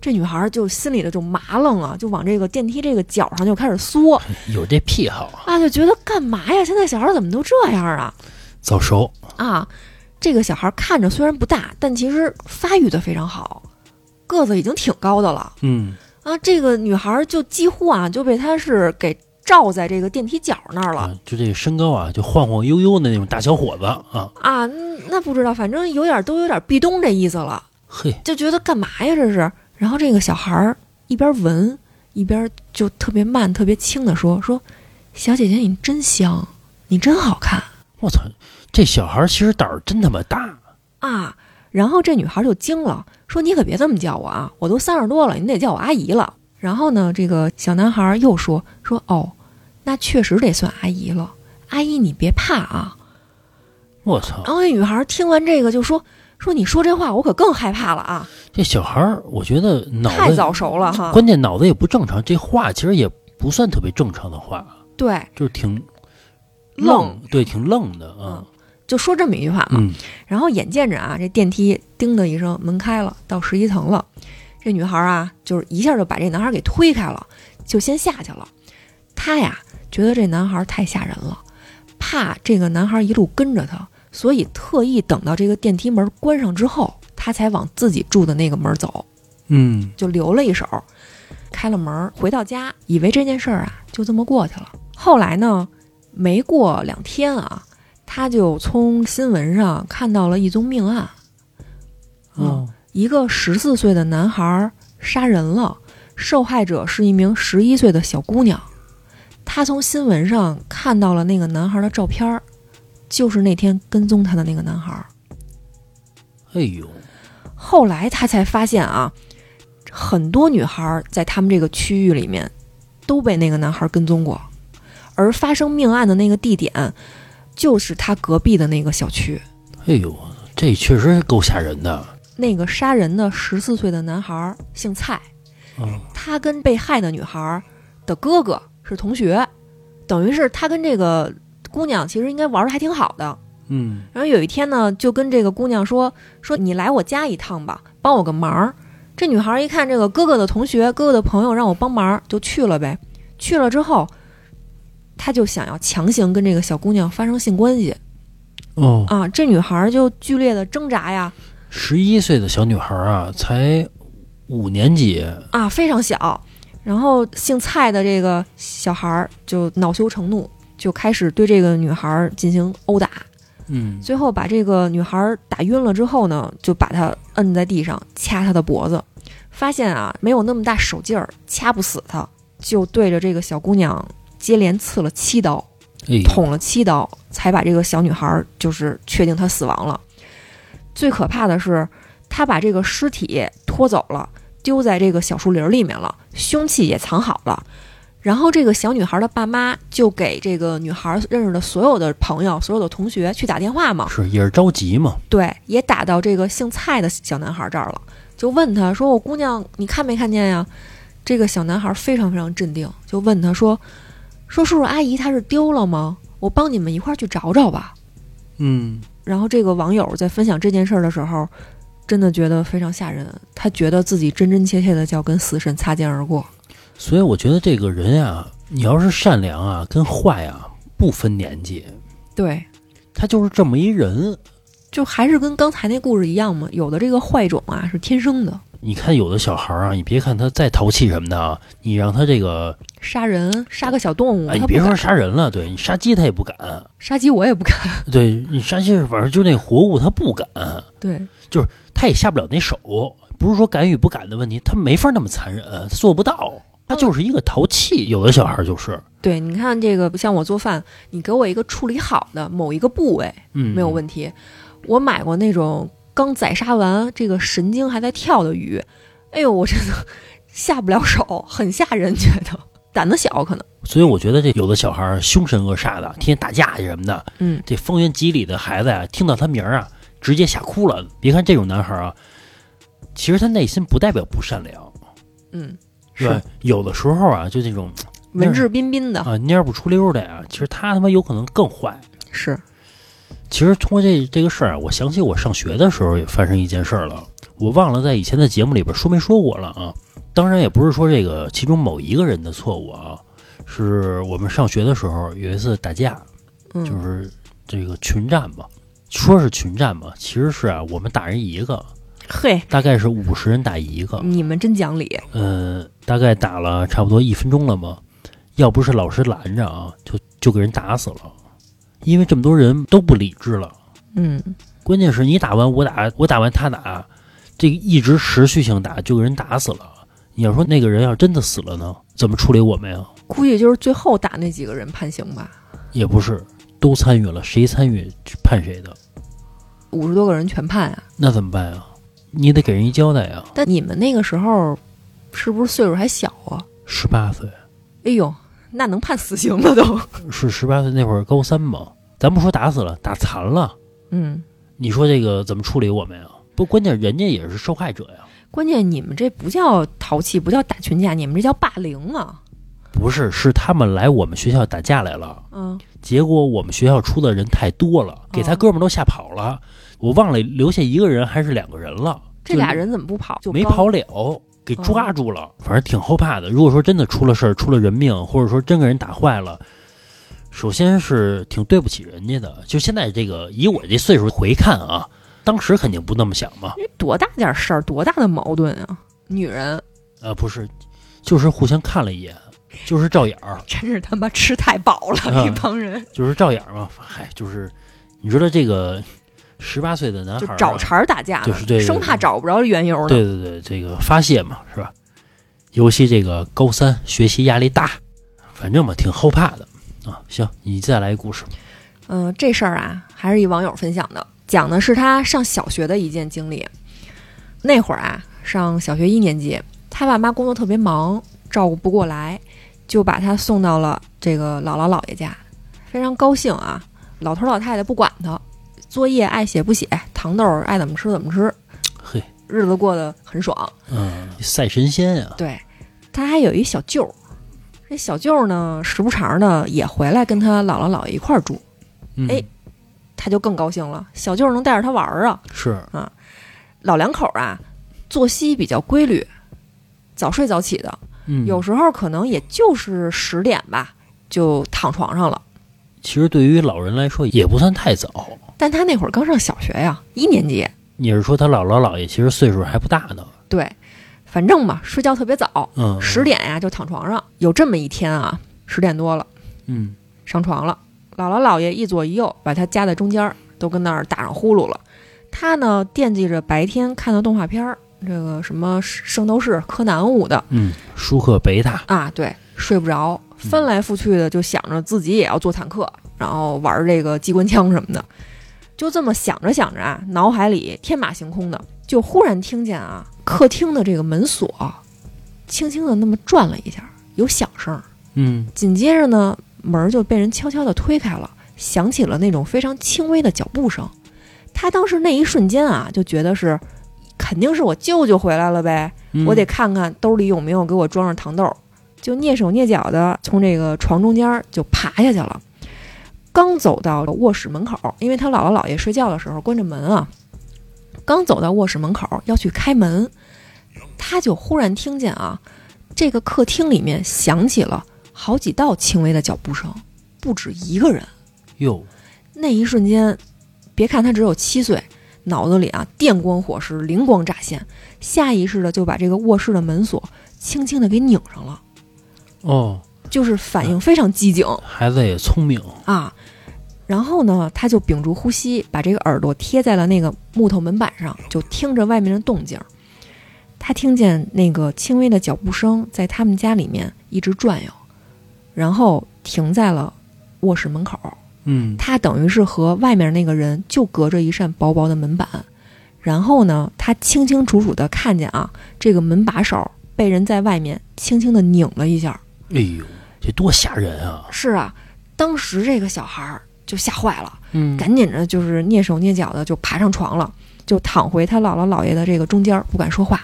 Speaker 2: 这女孩就心里头就麻愣啊，就往这个电梯这个角上就开始缩
Speaker 1: 有这癖好啊，
Speaker 2: 啊，就觉得干嘛呀？现在小孩怎么都这样啊？
Speaker 1: 早熟，
Speaker 2: 啊，这个小孩看着虽然不大，但其实发育的非常好，个子已经挺高的了
Speaker 1: 嗯
Speaker 2: 啊。这个女孩就几乎啊就被他是给罩在这个电梯角那儿了
Speaker 1: 啊，就这个身高啊，就晃晃悠悠的那种大小伙子啊，
Speaker 2: 啊。嗯那不知道，反正有点都有点壁咚这意思了，
Speaker 1: 嘿，
Speaker 2: 就觉得干嘛呀这是？然后这个小孩一边闻一边就特别慢、特别轻的说说：“小姐姐，你真香，你真好看
Speaker 1: 我操，这小孩儿其实胆儿真他妈大，
Speaker 2: 啊。”然后这女孩就惊了，说：“你可别这么叫我啊！我都三十多了，你得叫我阿姨了。”然后呢，这个小男孩又说：“说哦，那确实得算阿姨了。阿姨你别怕啊。
Speaker 1: 我操，
Speaker 2: 然后那女孩听完这个就说说你说这话我可更害怕了啊，
Speaker 1: 这小孩儿，我觉得脑
Speaker 2: 太
Speaker 1: 子
Speaker 2: 早熟了哈。
Speaker 1: 关键脑子也不正常，这话其实也不算特别正常的话，
Speaker 2: 对，
Speaker 1: 就是挺
Speaker 2: 愣
Speaker 1: 对，挺愣的啊。
Speaker 2: 就说这么一句话嘛。
Speaker 1: 嗯
Speaker 2: 然后眼见着啊，这电梯叮的一声门开了，到十一层了。这女孩啊，就是一下就把这男孩给推开了，就先下去了。她呀，觉得这男孩太吓人了，怕这个男孩一路跟着她，所以特意等到这个电梯门关上之后，她才往自己住的那个门走，
Speaker 1: 嗯，
Speaker 2: 就留了一手。开了门回到家，以为这件事儿啊就这么过去了。后来呢，没过两天啊，她就从新闻上看到了一宗命案。
Speaker 1: 哦，
Speaker 2: 一个十四岁的男孩杀人了，受害者是一名十一岁的小姑娘。她从新闻上看到了那个男孩的照片儿，就是那天跟踪她的那个男孩儿。
Speaker 1: 哎呦，
Speaker 2: 后来她才发现啊，很多女孩在他们这个区域里面都被那个男孩跟踪过，而发生命案的那个地点就是她隔壁的那个小区。
Speaker 1: 哎呦，这确实够吓人的。
Speaker 2: 那个杀人的十四岁的男孩儿姓蔡，
Speaker 1: 嗯
Speaker 2: 他跟被害的女孩儿的哥哥是同学，等于是他跟这个姑娘其实应该玩的还挺好的。
Speaker 1: 嗯
Speaker 2: 然后有一天呢，就跟这个姑娘说说你来我家一趟吧，帮我个忙儿。这女孩儿一看这个哥哥的同学、哥哥的朋友让我帮忙儿，就去了呗。去了之后，他就想要强行跟这个小姑娘发生性关系
Speaker 1: 哦，
Speaker 2: 啊！这女孩儿就剧烈的挣扎呀，
Speaker 1: 十一岁的小女孩啊，才五年级，
Speaker 2: 啊，非常小。然后姓蔡的这个小孩儿就恼羞成怒，就开始对这个女孩儿进行殴打，
Speaker 1: 嗯
Speaker 2: 最后把这个女孩儿打晕了之后呢，就把她摁在地上掐她的脖子，发现啊没有那么大手劲儿，掐不死她，就对着这个小姑娘接连刺了七刀。
Speaker 1: 哎呦，
Speaker 2: 捅了七刀，才把这个小女孩儿就是确定她死亡了。最可怕的是，他把这个尸体拖走了，丢在这个小树林儿里面了，凶器也藏好了。然后这个小女孩儿的爸妈就给这个女孩儿认识的所有的朋友、所有的同学去打电话嘛，
Speaker 1: 是也是着急嘛。
Speaker 2: 对，也打到这个姓蔡的小男孩这儿了，就问他说：“我姑娘，你看没看见呀？”这个小男孩非常非常镇定，就问他说：“说叔叔阿姨，她是丢了吗？我帮你们一块儿去找找吧。
Speaker 1: 嗯，”
Speaker 2: 然后这个网友在分享这件事儿的时候，真的觉得非常吓人，他觉得自己真真切切的就要跟死神擦肩而过。
Speaker 1: 所以我觉得这个人啊，你要是善良啊，跟坏啊不分年纪，
Speaker 2: 对，
Speaker 1: 他就是这么一人。
Speaker 2: 就还是跟刚才那故事一样嘛，有的这个坏种啊是天生的，
Speaker 1: 你看有的小孩儿啊，你别看他再淘气什么的啊，你让他这个，
Speaker 2: 杀人杀个小动物，
Speaker 1: 哎，
Speaker 2: 嗯他
Speaker 1: 你
Speaker 2: 不
Speaker 1: 别说
Speaker 2: 敢
Speaker 1: 杀人了，对你杀鸡他也不敢，
Speaker 2: 杀鸡，我也不敢。
Speaker 1: 对你杀鸡反正就那活物他不敢，
Speaker 2: 对，
Speaker 1: 他也下不了那手，不是说敢与不敢的问题，他没法那么残忍，他做不到，他就是一个淘气。有的小孩儿就是，
Speaker 2: 对，你看这个，像我做饭，你给我一个处理好的某一个部位
Speaker 1: 嗯，
Speaker 2: 没有问题。我买过那种刚宰杀完，这个神经还在跳的鱼，哎呦，我真的 (laughs) 下不了手，很吓人，觉得胆子小可能。
Speaker 1: 所以我觉得这有的小孩儿凶神恶煞的，天天打架什么的，
Speaker 2: 嗯，
Speaker 1: 这方圆几里的孩子呀、听到他名儿啊，直接吓哭了。别看这种男孩儿啊，其实他内心不代表不善良，
Speaker 2: 嗯，
Speaker 1: 对吧
Speaker 2: 是，
Speaker 1: 有的时候啊，就这种
Speaker 2: 文质彬彬的，
Speaker 1: 啊蔫不出溜的呀、其实他他妈有可能更坏。
Speaker 2: 是
Speaker 1: 其实通过这这个事儿啊，我想起我上学的时候也发生一件事儿了，我忘了在以前的节目里边说没说过了啊。当然也不是说这个其中某一个人的错误啊，是我们上学的时候有一次打架，
Speaker 2: 嗯，
Speaker 1: 就是这个群战嘛，说是群战嘛，其实是啊，我们打人一个，
Speaker 2: 嘿，
Speaker 1: 大概是五十人打一个，
Speaker 2: 你们真讲理，
Speaker 1: 呃，大概打了差不多一分钟了嘛，要不是老师拦着啊，就就给人打死了，因为这么多人都不理智了。
Speaker 2: 嗯，
Speaker 1: 关键是你打完我打，我打完他打，这个一直持续性打就给人打死了。你要说那个人要真的死了呢，怎么处理我们呀？
Speaker 2: 估计就是最后打那几个人判刑吧，
Speaker 1: 也不是，都参与了，谁参与判谁的，
Speaker 2: 五十多个人全判啊。
Speaker 1: 那怎么办呀？你得给人一交代呀。
Speaker 2: 但你们那个时候是不是岁数还小啊？
Speaker 1: 十八岁，
Speaker 2: 哎呦，那能判死刑了都。
Speaker 1: 是十八岁那会儿高三吧？咱不说打死了，打残了，
Speaker 2: 嗯，
Speaker 1: 你说这个怎么处理我们呀？不，关键人家也是受害者呀。
Speaker 2: 关键你们这不叫淘气，不叫打群架，你们这叫霸凌啊！
Speaker 1: 不是，是他们来我们学校打架来了，
Speaker 2: 嗯，
Speaker 1: 结果我们学校出的人太多了，给他
Speaker 2: 哦
Speaker 1: 哥们儿都吓跑了。我忘了留下一个人还是两个人哦了，
Speaker 2: 这俩人怎么不跑？就
Speaker 1: 没
Speaker 2: 高
Speaker 1: 跑了，给抓住了。反正挺后怕的。如果说真的出了事儿，出了人命，或者说真给人打坏了，首先是挺对不起人家的。就现在这个，以我这岁数回看啊，当时肯定不那么想嘛。
Speaker 2: 多大点事儿，多大的矛盾啊！女人
Speaker 1: 呃，不是，就是互相看了一眼，就是照眼儿，
Speaker 2: 真是他妈吃太饱了，
Speaker 1: 嗯
Speaker 2: 一帮人
Speaker 1: 就是照眼儿嘛。嗨，就是你知道这个十八岁的男
Speaker 2: 就
Speaker 1: 孩儿啊
Speaker 2: 找茬儿打架呢，
Speaker 1: 就是对对对
Speaker 2: 生怕找不着缘由呢。
Speaker 1: 对对对，这个发泄嘛，是吧？尤其这个高三学习压力大，反正嘛挺后怕的啊。行，你再来一故事。
Speaker 2: 嗯、这事儿啊，还是一网友分享的，讲的是他上小学的一件经历。那会儿啊，上小学一年级，他爸妈工作特别忙，照顾不过来，就把他送到了这个姥姥姥爷家。非常高兴啊，老头老太太不管他，作业爱写不写，糖豆儿爱怎么吃怎么吃，
Speaker 1: 嘿，
Speaker 2: 日子过得很爽。
Speaker 1: 嗯，赛神仙呀、
Speaker 2: 对，他还有一小舅儿，这小舅儿呢，时不常的也回来跟他姥姥姥爷一块儿住，
Speaker 1: 嗯，
Speaker 2: 哎他就更高兴了。小舅儿能带着他玩儿啊，
Speaker 1: 是，
Speaker 2: 老两口儿啊，作息比较规律，早睡早起的，
Speaker 1: 嗯，
Speaker 2: 有时候可能也就是十点吧就躺床上了。
Speaker 1: 其实对于老人来说也不算太早。
Speaker 2: 但他那会儿刚上小学呀，一年级，
Speaker 1: 你是说他姥姥姥爷其实岁数还不大呢？
Speaker 2: 对，反正嘛，睡觉特别早，
Speaker 1: 嗯，
Speaker 2: 十点呀就躺床上。有这么一天啊，十点多了。
Speaker 1: 嗯，
Speaker 2: 上床了。姥姥姥爷一左一右把他夹在中间儿，都跟那儿打上呼噜了。他呢惦记着白天看的动画片儿，这个什么《圣斗士》《柯南》五的
Speaker 1: 嗯，舒克贝塔，
Speaker 2: 啊，对，睡不着，翻来覆去的就想着自己也要做坦克，然后玩儿这个机关枪什么的。就这么想着想着啊，脑海里天马行空的，就忽然听见啊，客厅的这个门锁轻轻的那么转了一下，有响声。
Speaker 1: 嗯
Speaker 2: 紧接着呢，门儿就被人悄悄地推开了，响起了那种非常轻微的脚步声。他当时那一瞬间啊，就觉得是肯定是我舅舅回来了呗，
Speaker 1: 嗯
Speaker 2: 我得看看兜里有没有给我装上糖豆儿。就蹑手蹑脚的从这个床中间儿就爬下去了。刚走到卧室门口，因为他姥姥姥爷睡觉的时候关着门啊，刚走到卧室门口要去开门，他就忽然听见啊，这个客厅里面响起了好几道轻微的脚步声，不止一个人。
Speaker 1: 哟，
Speaker 2: 那一瞬间，别看他只有七岁，脑子里啊电光火石，灵光乍现，下意识的就把这个卧室的门锁轻轻的给拧上了，
Speaker 1: 哦，
Speaker 2: 就是反应非常机警
Speaker 1: 孩子也聪明，
Speaker 2: 啊。然后呢，他就屏住呼吸，把这个耳朵贴在了那个木头门板上，就听着外面的动静儿。他听见那个轻微的脚步声在他们家里面一直转悠，然后停在了卧室门口。
Speaker 1: 嗯
Speaker 2: 他等于是和外面那个人就隔着一扇薄薄的门板，然后呢，他清清楚楚的看见啊，这个门把手被人在外面轻轻的拧了一下。
Speaker 1: 哎呦，这多吓人啊！
Speaker 2: 是啊，当时这个小孩儿就吓坏了，
Speaker 1: 嗯
Speaker 2: 赶紧着就是蹑手蹑脚的就爬上床了，就躺回他姥姥姥爷的这个中间儿，不敢说话。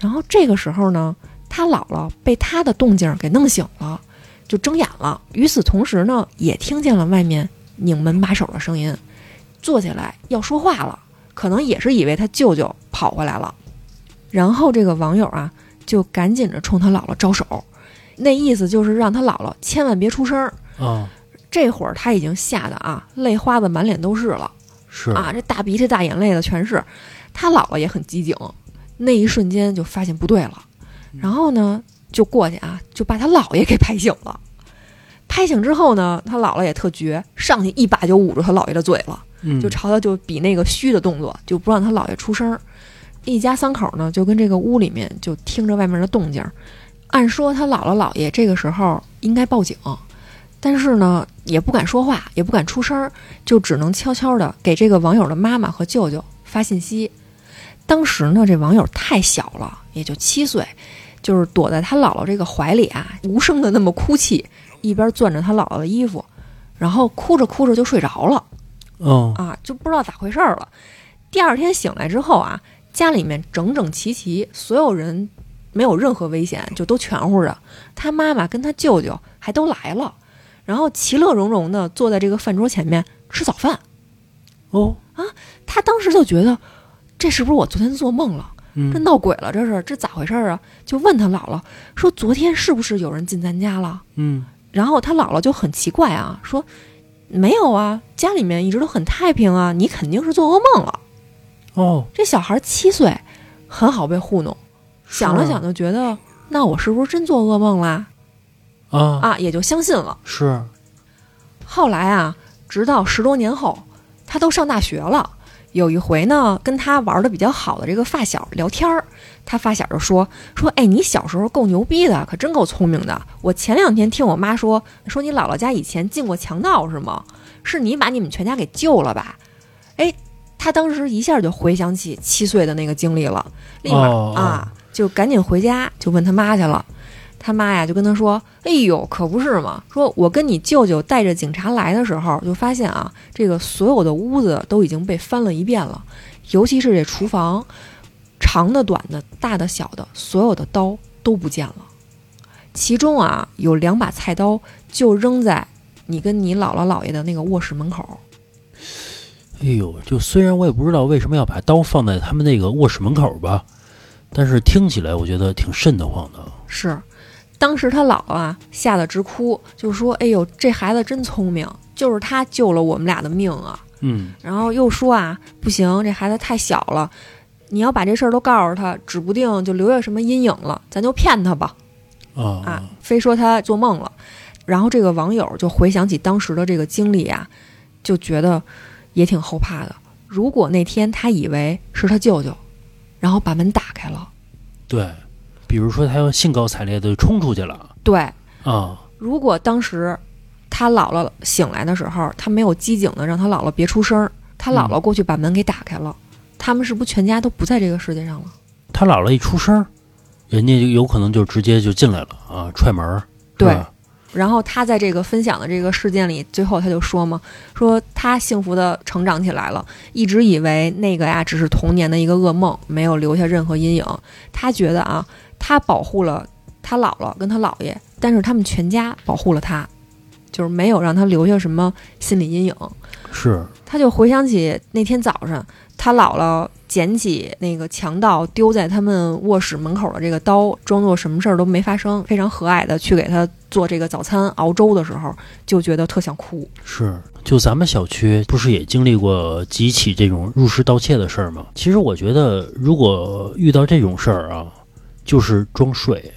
Speaker 2: 然后这个时候呢，他姥姥被他的动静儿给弄醒了，就睁眼了。与此同时呢，也听见了外面拧门把手的声音，坐起来要说话了，可能也是以为他舅舅跑回来了。然后这个网友啊，就赶紧着冲他姥姥招手，那意思就是让他姥 (laughs) 姥千万别出声儿。
Speaker 1: 啊，
Speaker 2: 这会儿他已经吓得啊，泪花子满脸都是了
Speaker 1: 是
Speaker 2: 啊，这大鼻涕大眼泪的全是。他姥姥也很机警，那一瞬间就发现不对了，然后呢就过去啊，就把他姥爷给拍醒了。拍醒之后呢，他姥姥也特绝，上去一把就捂住他姥爷的嘴了，
Speaker 1: 嗯
Speaker 2: 就朝他就比那个虚的动作，就不让他姥爷出声儿。一家三口呢，就跟这个屋里面就听着外面的动静儿。按说他姥姥姥爷这个时候应该报警，但是呢也不敢说话，也不敢出声儿，就只能悄悄的给这个网友的妈妈和舅舅发信息。当时呢，这网友太小了，也就七岁，就是躲在他姥姥这个怀里啊，无声的那么哭泣，一边攥着他姥姥的衣服，然后哭着哭着就睡着了
Speaker 1: 哦，
Speaker 2: 啊，就不知道咋回事儿了。第二天醒来之后啊，家里面整整齐齐，所有人没有任何危险，就都全乎着。他妈妈跟他舅舅还都来了，然后其乐融融的坐在这个饭桌前面吃早饭。
Speaker 1: 哦，
Speaker 2: 他当时就觉得，这是不是我昨天做梦了？这
Speaker 1: 嗯，
Speaker 2: 闹鬼了，这是这咋回事儿啊？就问他姥姥说，昨天是不是有人进咱家了？
Speaker 1: 嗯，
Speaker 2: 然后他姥姥就很奇怪啊，说没有啊，家里面一直都很太平啊，你肯定是做噩梦了。
Speaker 1: 哦，
Speaker 2: 这小孩七岁，很好被糊弄，想了想就觉得，那我是不是真做噩梦啦？
Speaker 1: 啊，
Speaker 2: 啊，也就相信了。
Speaker 1: 是，
Speaker 2: 后来啊，直到十多年后，他都上大学了。有一回呢，跟他玩的比较好的这个发小聊天儿，他发小就说说，哎，你小时候够牛逼的，可真够聪明的。我前两天听我妈说，说你姥姥家以前进过强盗是吗？是你把你们全家给救了吧？哎，他当时一下就回想起七岁的那个经历了，立马、
Speaker 1: 哦
Speaker 2: 啊就赶紧回家就问他妈去了。他妈呀就跟他说：“哎呦，可不是嘛！说我跟你舅舅带着警察来的时候，就发现啊，这个所有的屋子都已经被翻了一遍了，尤其是这厨房，长的、短的、大的、小的，所有的刀都不见了。其中啊，有两把菜刀就扔在你跟你姥姥姥爷的那个卧室门口。
Speaker 1: 哎呦，就虽然我也不知道为什么要把刀放在他们那个卧室门口吧，但是听起来我觉得挺瘆得慌的。
Speaker 2: 是，当时他姥姥啊吓得直哭，就说：“哎呦，这孩子真聪明，就是他救了我们俩的命啊！”
Speaker 1: 嗯，
Speaker 2: 然后又说啊，不行，这孩子太小了，你要把这事儿都告诉他，指不定就留下什么阴影了，咱就骗他吧
Speaker 1: 啊
Speaker 2: 啊，非说他做梦了。然后这个网友就回想起当时的这个经历啊，就觉得也挺后怕的。如果那天他以为是他舅舅，然后把门打开了，
Speaker 1: 对，比如说他要兴高采烈的冲出去了
Speaker 2: 对，
Speaker 1: 啊，
Speaker 2: 如果当时他姥姥醒来的时候，他没有机警的让他姥姥别出声儿，他姥姥过去把门给打开了，他们是不是全家都不在这个世界上了？
Speaker 1: 他姥姥一出声儿，人家就有可能就直接就进来了啊，踹门儿。是
Speaker 2: 对
Speaker 1: 吧
Speaker 2: 然后他在这个分享的这个事件里，最后他就说嘛，说他幸福的成长起来了，一直以为那个呀只是童年的一个噩梦，没有留下任何阴影。他觉得啊，他保护了他姥姥跟他姥爷，但是他们全家保护了他，就是没有让他留下什么心理阴影。
Speaker 1: 是，
Speaker 2: 他就回想起那天早上，他姥姥捡起那个强盗丢在他们卧室门口的这个刀，装作什么事儿都没发生，非常和蔼的去给他做这个早餐熬粥的时候，就觉得特想哭。
Speaker 1: 是，就咱们小区不是也经历过几起这种入室盗窃的事儿吗？其实我觉得，如果遇到这种事儿啊，就是装睡。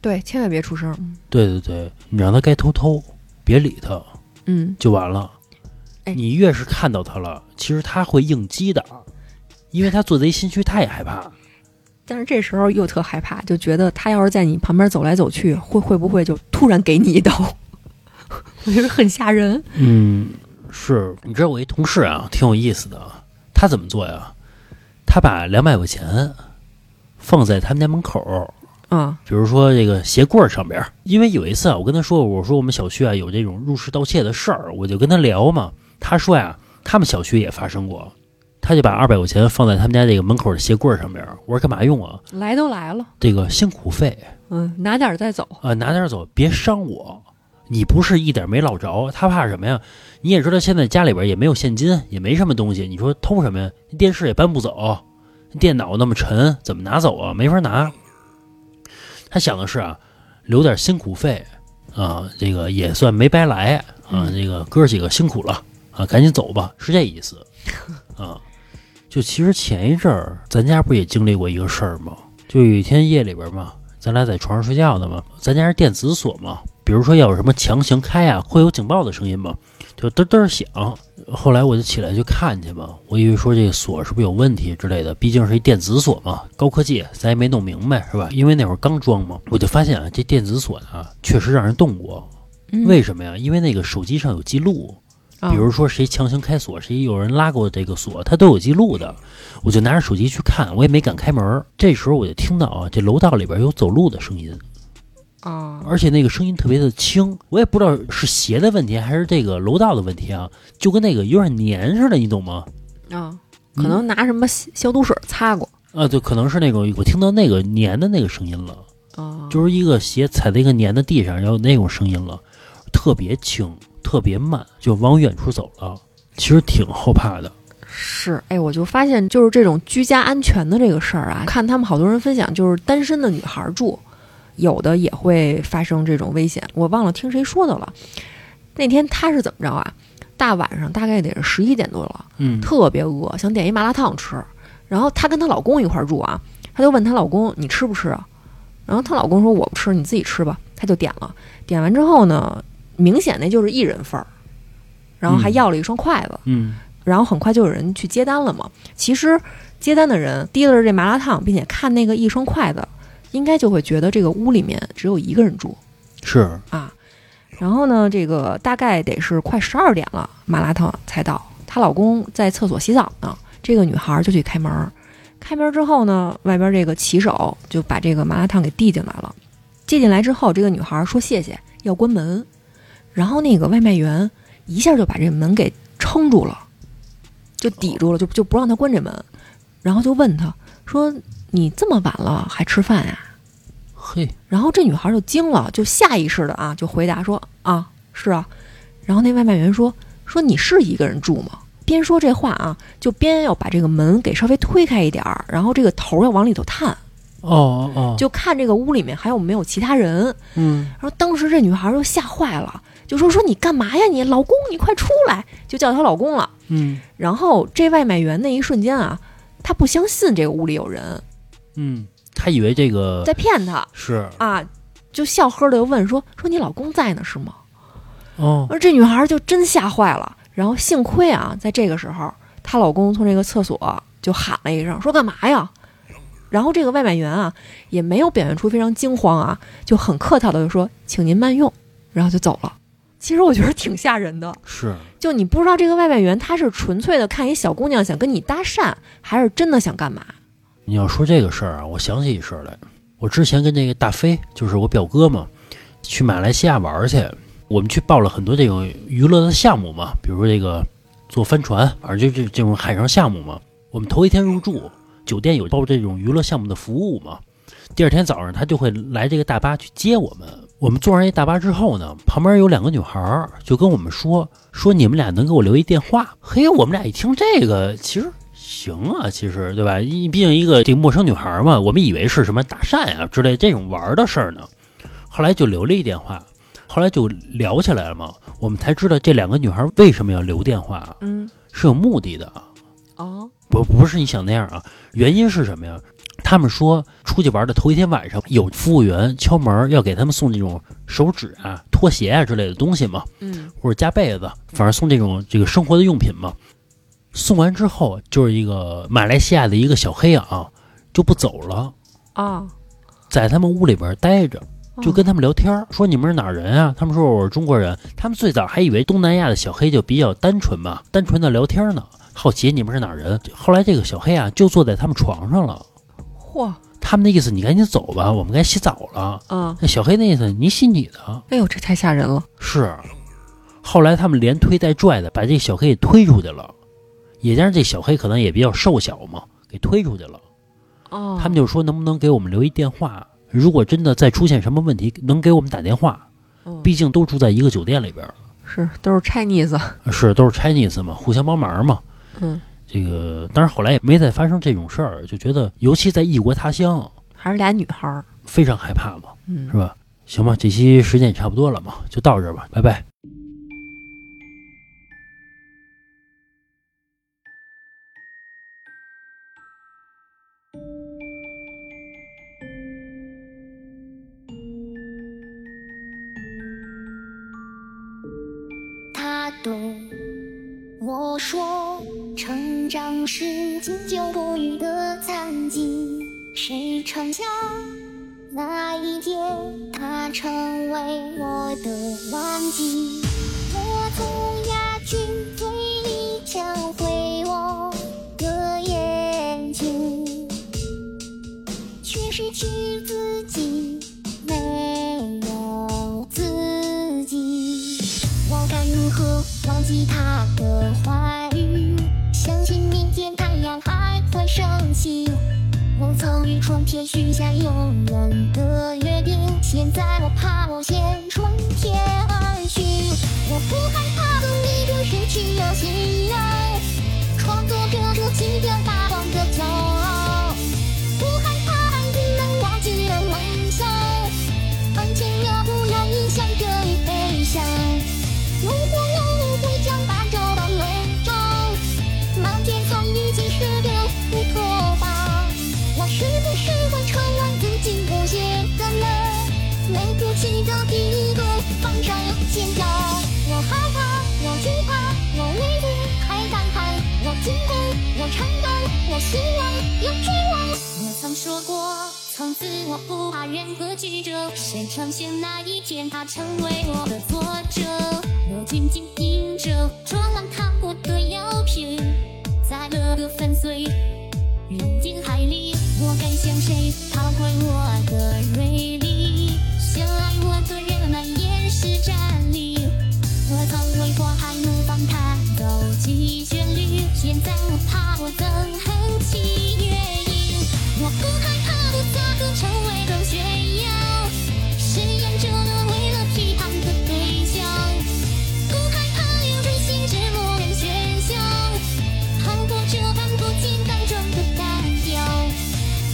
Speaker 2: 对，千万别出声。
Speaker 1: 对对对，你让他该偷偷，别理他
Speaker 2: 嗯，
Speaker 1: 就完了。
Speaker 2: 哎
Speaker 1: 你越是看到他了，其实他会应激的，因为他做贼心虚，他也害怕。
Speaker 2: 但是这时候又特害怕，就觉得他要是在你旁边走来走去，会会不会就突然给你 (laughs) 一刀？我觉得很吓人。
Speaker 1: 嗯，是你知道我一同事啊，挺有意思的，他怎么做呀？他把两百块钱放在他们家门口儿，
Speaker 2: 啊、
Speaker 1: 比如说这个鞋柜儿上边儿，因为有一次啊，我跟他说，我说我们小区啊有这种入室盗窃的事儿，我就跟他聊嘛，他说呀、他们小区也发生过，他就把二百块钱放在他们家这个门口的鞋柜儿上边儿，我说干嘛用啊？
Speaker 2: 来都来了，
Speaker 1: 这个辛苦费
Speaker 2: 嗯，拿点儿再走。
Speaker 1: 啊、拿点儿走，别伤我。你不是一点没落着，他怕什么呀？你也知道现在家里边也没有现金，也没什么东西，你说偷什么呀？电视也搬不走，电脑那么沉，怎么拿走啊？没法拿。他想的是啊，留点辛苦费啊，这个也算没白来啊，这个哥几个辛苦了啊，赶紧走吧，是这意思啊。就其实前一阵儿咱家不也经历过一个事儿吗？就有一天夜里边嘛，咱俩在床上睡觉呢嘛，咱家是电子锁嘛，比如说要有什么强行开啊，会有警报的声音嘛，就嘚嘚响。后来我就起来去看去嘛，我以为说这个锁是不是有问题之类的，毕竟是一电子锁嘛，高科技，咱也没弄明白是吧？因为那会儿刚装嘛，我就发现啊，这电子锁呢确实让人动过，
Speaker 2: 嗯
Speaker 1: 为什么呀？因为那个手机上有记录，
Speaker 2: 啊、啊
Speaker 1: 比如说谁强行开锁，谁有人拉过这个锁，他都有记录的。我就拿着手机去看，我也没敢开门儿。这时候我就听到啊，这楼道里边有走路的声音，
Speaker 2: 啊，
Speaker 1: 而且那个声音特别的轻，我也不知道是鞋的问题还是这个楼道的问题啊，就跟那个有点黏似的，你懂吗？
Speaker 2: 啊，可能拿什么消消毒水擦过
Speaker 1: 啊，对，可能是那个我听到那个黏的那个声音了。
Speaker 2: 啊，
Speaker 1: 就是一个鞋踩在一个粘的地上，然后那种声音了，特别轻，特别慢，就往远处走了。其实挺后怕的，
Speaker 2: 是，哎，我就发现就是这种居家安全的这个事儿啊，看他们好多人分享，就是单身的女孩儿住，有的也会发生这种危险。我忘了听谁说的了，那天她是怎么着啊？大晚上大概得是十一点多了，
Speaker 1: 嗯
Speaker 2: 特别饿，想点一麻辣烫吃。然后她跟她老公一块儿住啊，她就问她老公：“你吃不吃啊？”然后她老公说：“我不吃，你自己吃吧。”她就点了，点完之后呢，明显那就是一人份儿，然后还
Speaker 1: 嗯
Speaker 2: 要了一双筷子。
Speaker 1: 嗯
Speaker 2: 然后很快就有人去接单了嘛。其实接单的人提了这麻辣烫，并且看那个一双筷子，应该就会觉得这个屋里面只有一个人住
Speaker 1: 是，
Speaker 2: 啊。然后呢，这个大概得是快十二点了，麻辣烫才到。她老公在厕所洗澡呢，这个女孩就去开门儿。开门之后呢，外边这个骑手就把这个麻辣烫给递进来了。递进来之后，这个女孩说谢谢，要关门。然后那个外卖员一下就把这门给撑住了，就抵住了，就就不让她关这门。然后就问她说：“你这么晚了还吃饭呀、
Speaker 1: 嘿，
Speaker 2: 然后这女孩就惊了，就下意识的啊，就回答说啊是啊。然后那外卖员说说你是一个人住吗？边说这话啊，就边要把这个门给稍微推开一点儿，然后这个头要往里头探，
Speaker 1: 哦哦哦，
Speaker 2: 就看这个屋里面还有没有其他人。
Speaker 1: 嗯，
Speaker 2: 然后当时这女孩就吓坏了，就说说你干嘛呀你老公你快出来，就叫她老公了。
Speaker 1: 嗯
Speaker 2: 然后这外卖员那一瞬间啊，他不相信这个屋里有人
Speaker 1: 嗯，他以为这个
Speaker 2: 在骗他
Speaker 1: 是
Speaker 2: 啊，就笑呵的问说说你老公在呢是吗？
Speaker 1: 哦，
Speaker 2: 而这女孩就真吓坏了。然后幸亏啊，在这个时候，她老公从这个厕所就喊了一声，说干嘛呀？然后这个外卖员啊，也没有表现出非常惊慌啊，就很客套的就说：“请您慢用。”然后就走了。其实我觉得挺吓人的，
Speaker 1: 是
Speaker 2: 就你不知道这个外卖员他是纯粹的看一小姑娘想跟你搭讪，还是真的想干嘛
Speaker 1: 你要说这个事儿啊，我想起一事儿来。我之前跟那个大飞，就是我表哥嘛，去马来西亚玩儿去，我们去报了很多这种娱乐的项目嘛，比如说这个坐帆船，反正就这这种海上项目嘛。我们头一天入住，酒店有报这种娱乐项目的服务嘛。第二天早上，他就会来这个大巴去接我们。我们坐上这大巴之后呢，旁边有两个女孩儿就跟我们说说你们俩能给我留一电话。嘿，我们俩一听这个，其实行啊，其实对吧？一毕竟一个这个陌生女孩儿嘛，我们以为是什么搭讪啊之类这种玩儿的事儿呢。后来就留了一电话，后来就聊起来了嘛，我们才知道这两个女孩儿为什么要留电话？”，啊
Speaker 2: 嗯，
Speaker 1: 是有目的的啊。
Speaker 2: 哦，
Speaker 1: 不不是你想那样啊，原因是什么呀？他们说出去玩的头一天晚上，有服务员敲门要给他们送这种手纸啊、拖鞋啊之类的东西嘛，
Speaker 2: 嗯，
Speaker 1: 或者加被子，反正送这种这个生活的用品嘛。送完之后，就是一个马来西亚的一个小黑啊，就不走了，
Speaker 2: 啊，
Speaker 1: 在他们屋里边待着，
Speaker 2: 哦
Speaker 1: 就跟他们聊天儿，说你们是哪儿人啊？他们说我是中国人。他们最早还以为东南亚的小黑就比较单纯嘛，单纯的聊天呢，好奇你们是哪儿人。后来这个小黑啊，就坐在他们床上了。
Speaker 2: 嚯
Speaker 1: 他们的意思，你赶紧走吧，我们该洗澡了。
Speaker 2: 啊，
Speaker 1: 那小黑那意思，你洗你的。
Speaker 2: 哎呦，这太吓人了
Speaker 1: 是，后来他们连推带拽的把这小黑给推出去了，也加上这小黑可能也比较瘦小嘛，给推出去了。
Speaker 2: 哦
Speaker 1: 他们就说能不能给我们留一电话，如果真的再出现什么问题，能给我们打电话。
Speaker 2: 就
Speaker 1: 毕竟都住在一个酒店里边儿，
Speaker 2: 是都是 Chinese，
Speaker 1: 是都是 Chinese 嘛，互相帮忙嘛。
Speaker 2: 嗯，
Speaker 1: 这个当然后来也没再发生这种事儿，就觉得尤其在异国他乡
Speaker 2: 还是俩女孩儿，
Speaker 1: 非常害怕嘛，
Speaker 2: 嗯
Speaker 1: 是吧？行吧，这期时间也差不多了嘛，就到这儿吧，拜拜。
Speaker 3: 他对我说：“成长是经久不愈的残疾。”谁成想，那一天他成为我的顽疾。我从牙菌起他的话语，相信明天太阳还会升起。我曾与春天许下永远的约定，现在我怕我先春天而去。我不害怕努力着失去了信任，创作着这起点发光的骄傲。不害怕爱情能忘记了微笑，爱情要不要一想这一悲伤？如果有我会将它找到乐章，满天风雨即使留不脱吧。我是不是会成为自己不屑的人？没骨气的第一个放上尖叫。我害怕，我惧怕，我畏惧，还感叹，我经过，我承担，我希望，有绝望。我曾说过，从此我不怕任何曲折。谁成仙那一天，他成为我的作者。我静静听着，装满糖果的药瓶，在乐个粉碎。扔进海里，我该向谁讨回我的锐利？相爱我的人们也是战力，我曾为火海怒放，弹奏起旋律。现在我怕我憎恨起乐音，我不害怕的价格成为更炫耀，实验者们为了批判的对象。不害怕流水线之末人喧嚣，看过这般不经当中的单调。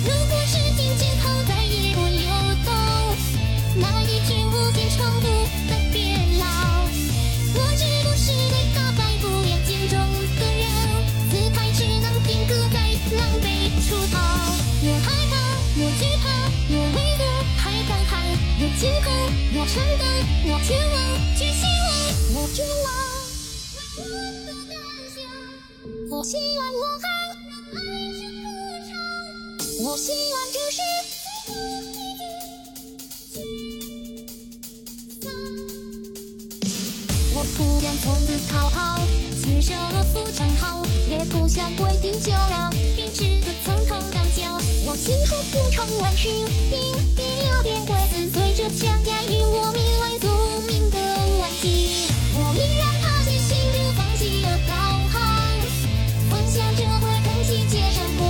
Speaker 3: 如果时间之头再也不流动，那一天无尽程度的变老。我只不过是个大白不要敬重的人，姿态只能定格在狼狈出逃。我害怕，我惧怕，我畏惧，还感叹，我惊恐，我承担，我绝望，只希望我绝望，我的胆小。我希望我还能爱是歌唱，我希望这是最后一句沮丧。我不愿从此讨好，此生不长好，也不想跪地求饶，编织的层头钢胶。我心说不成万事，冰冰又变鬼子，随着强加于我命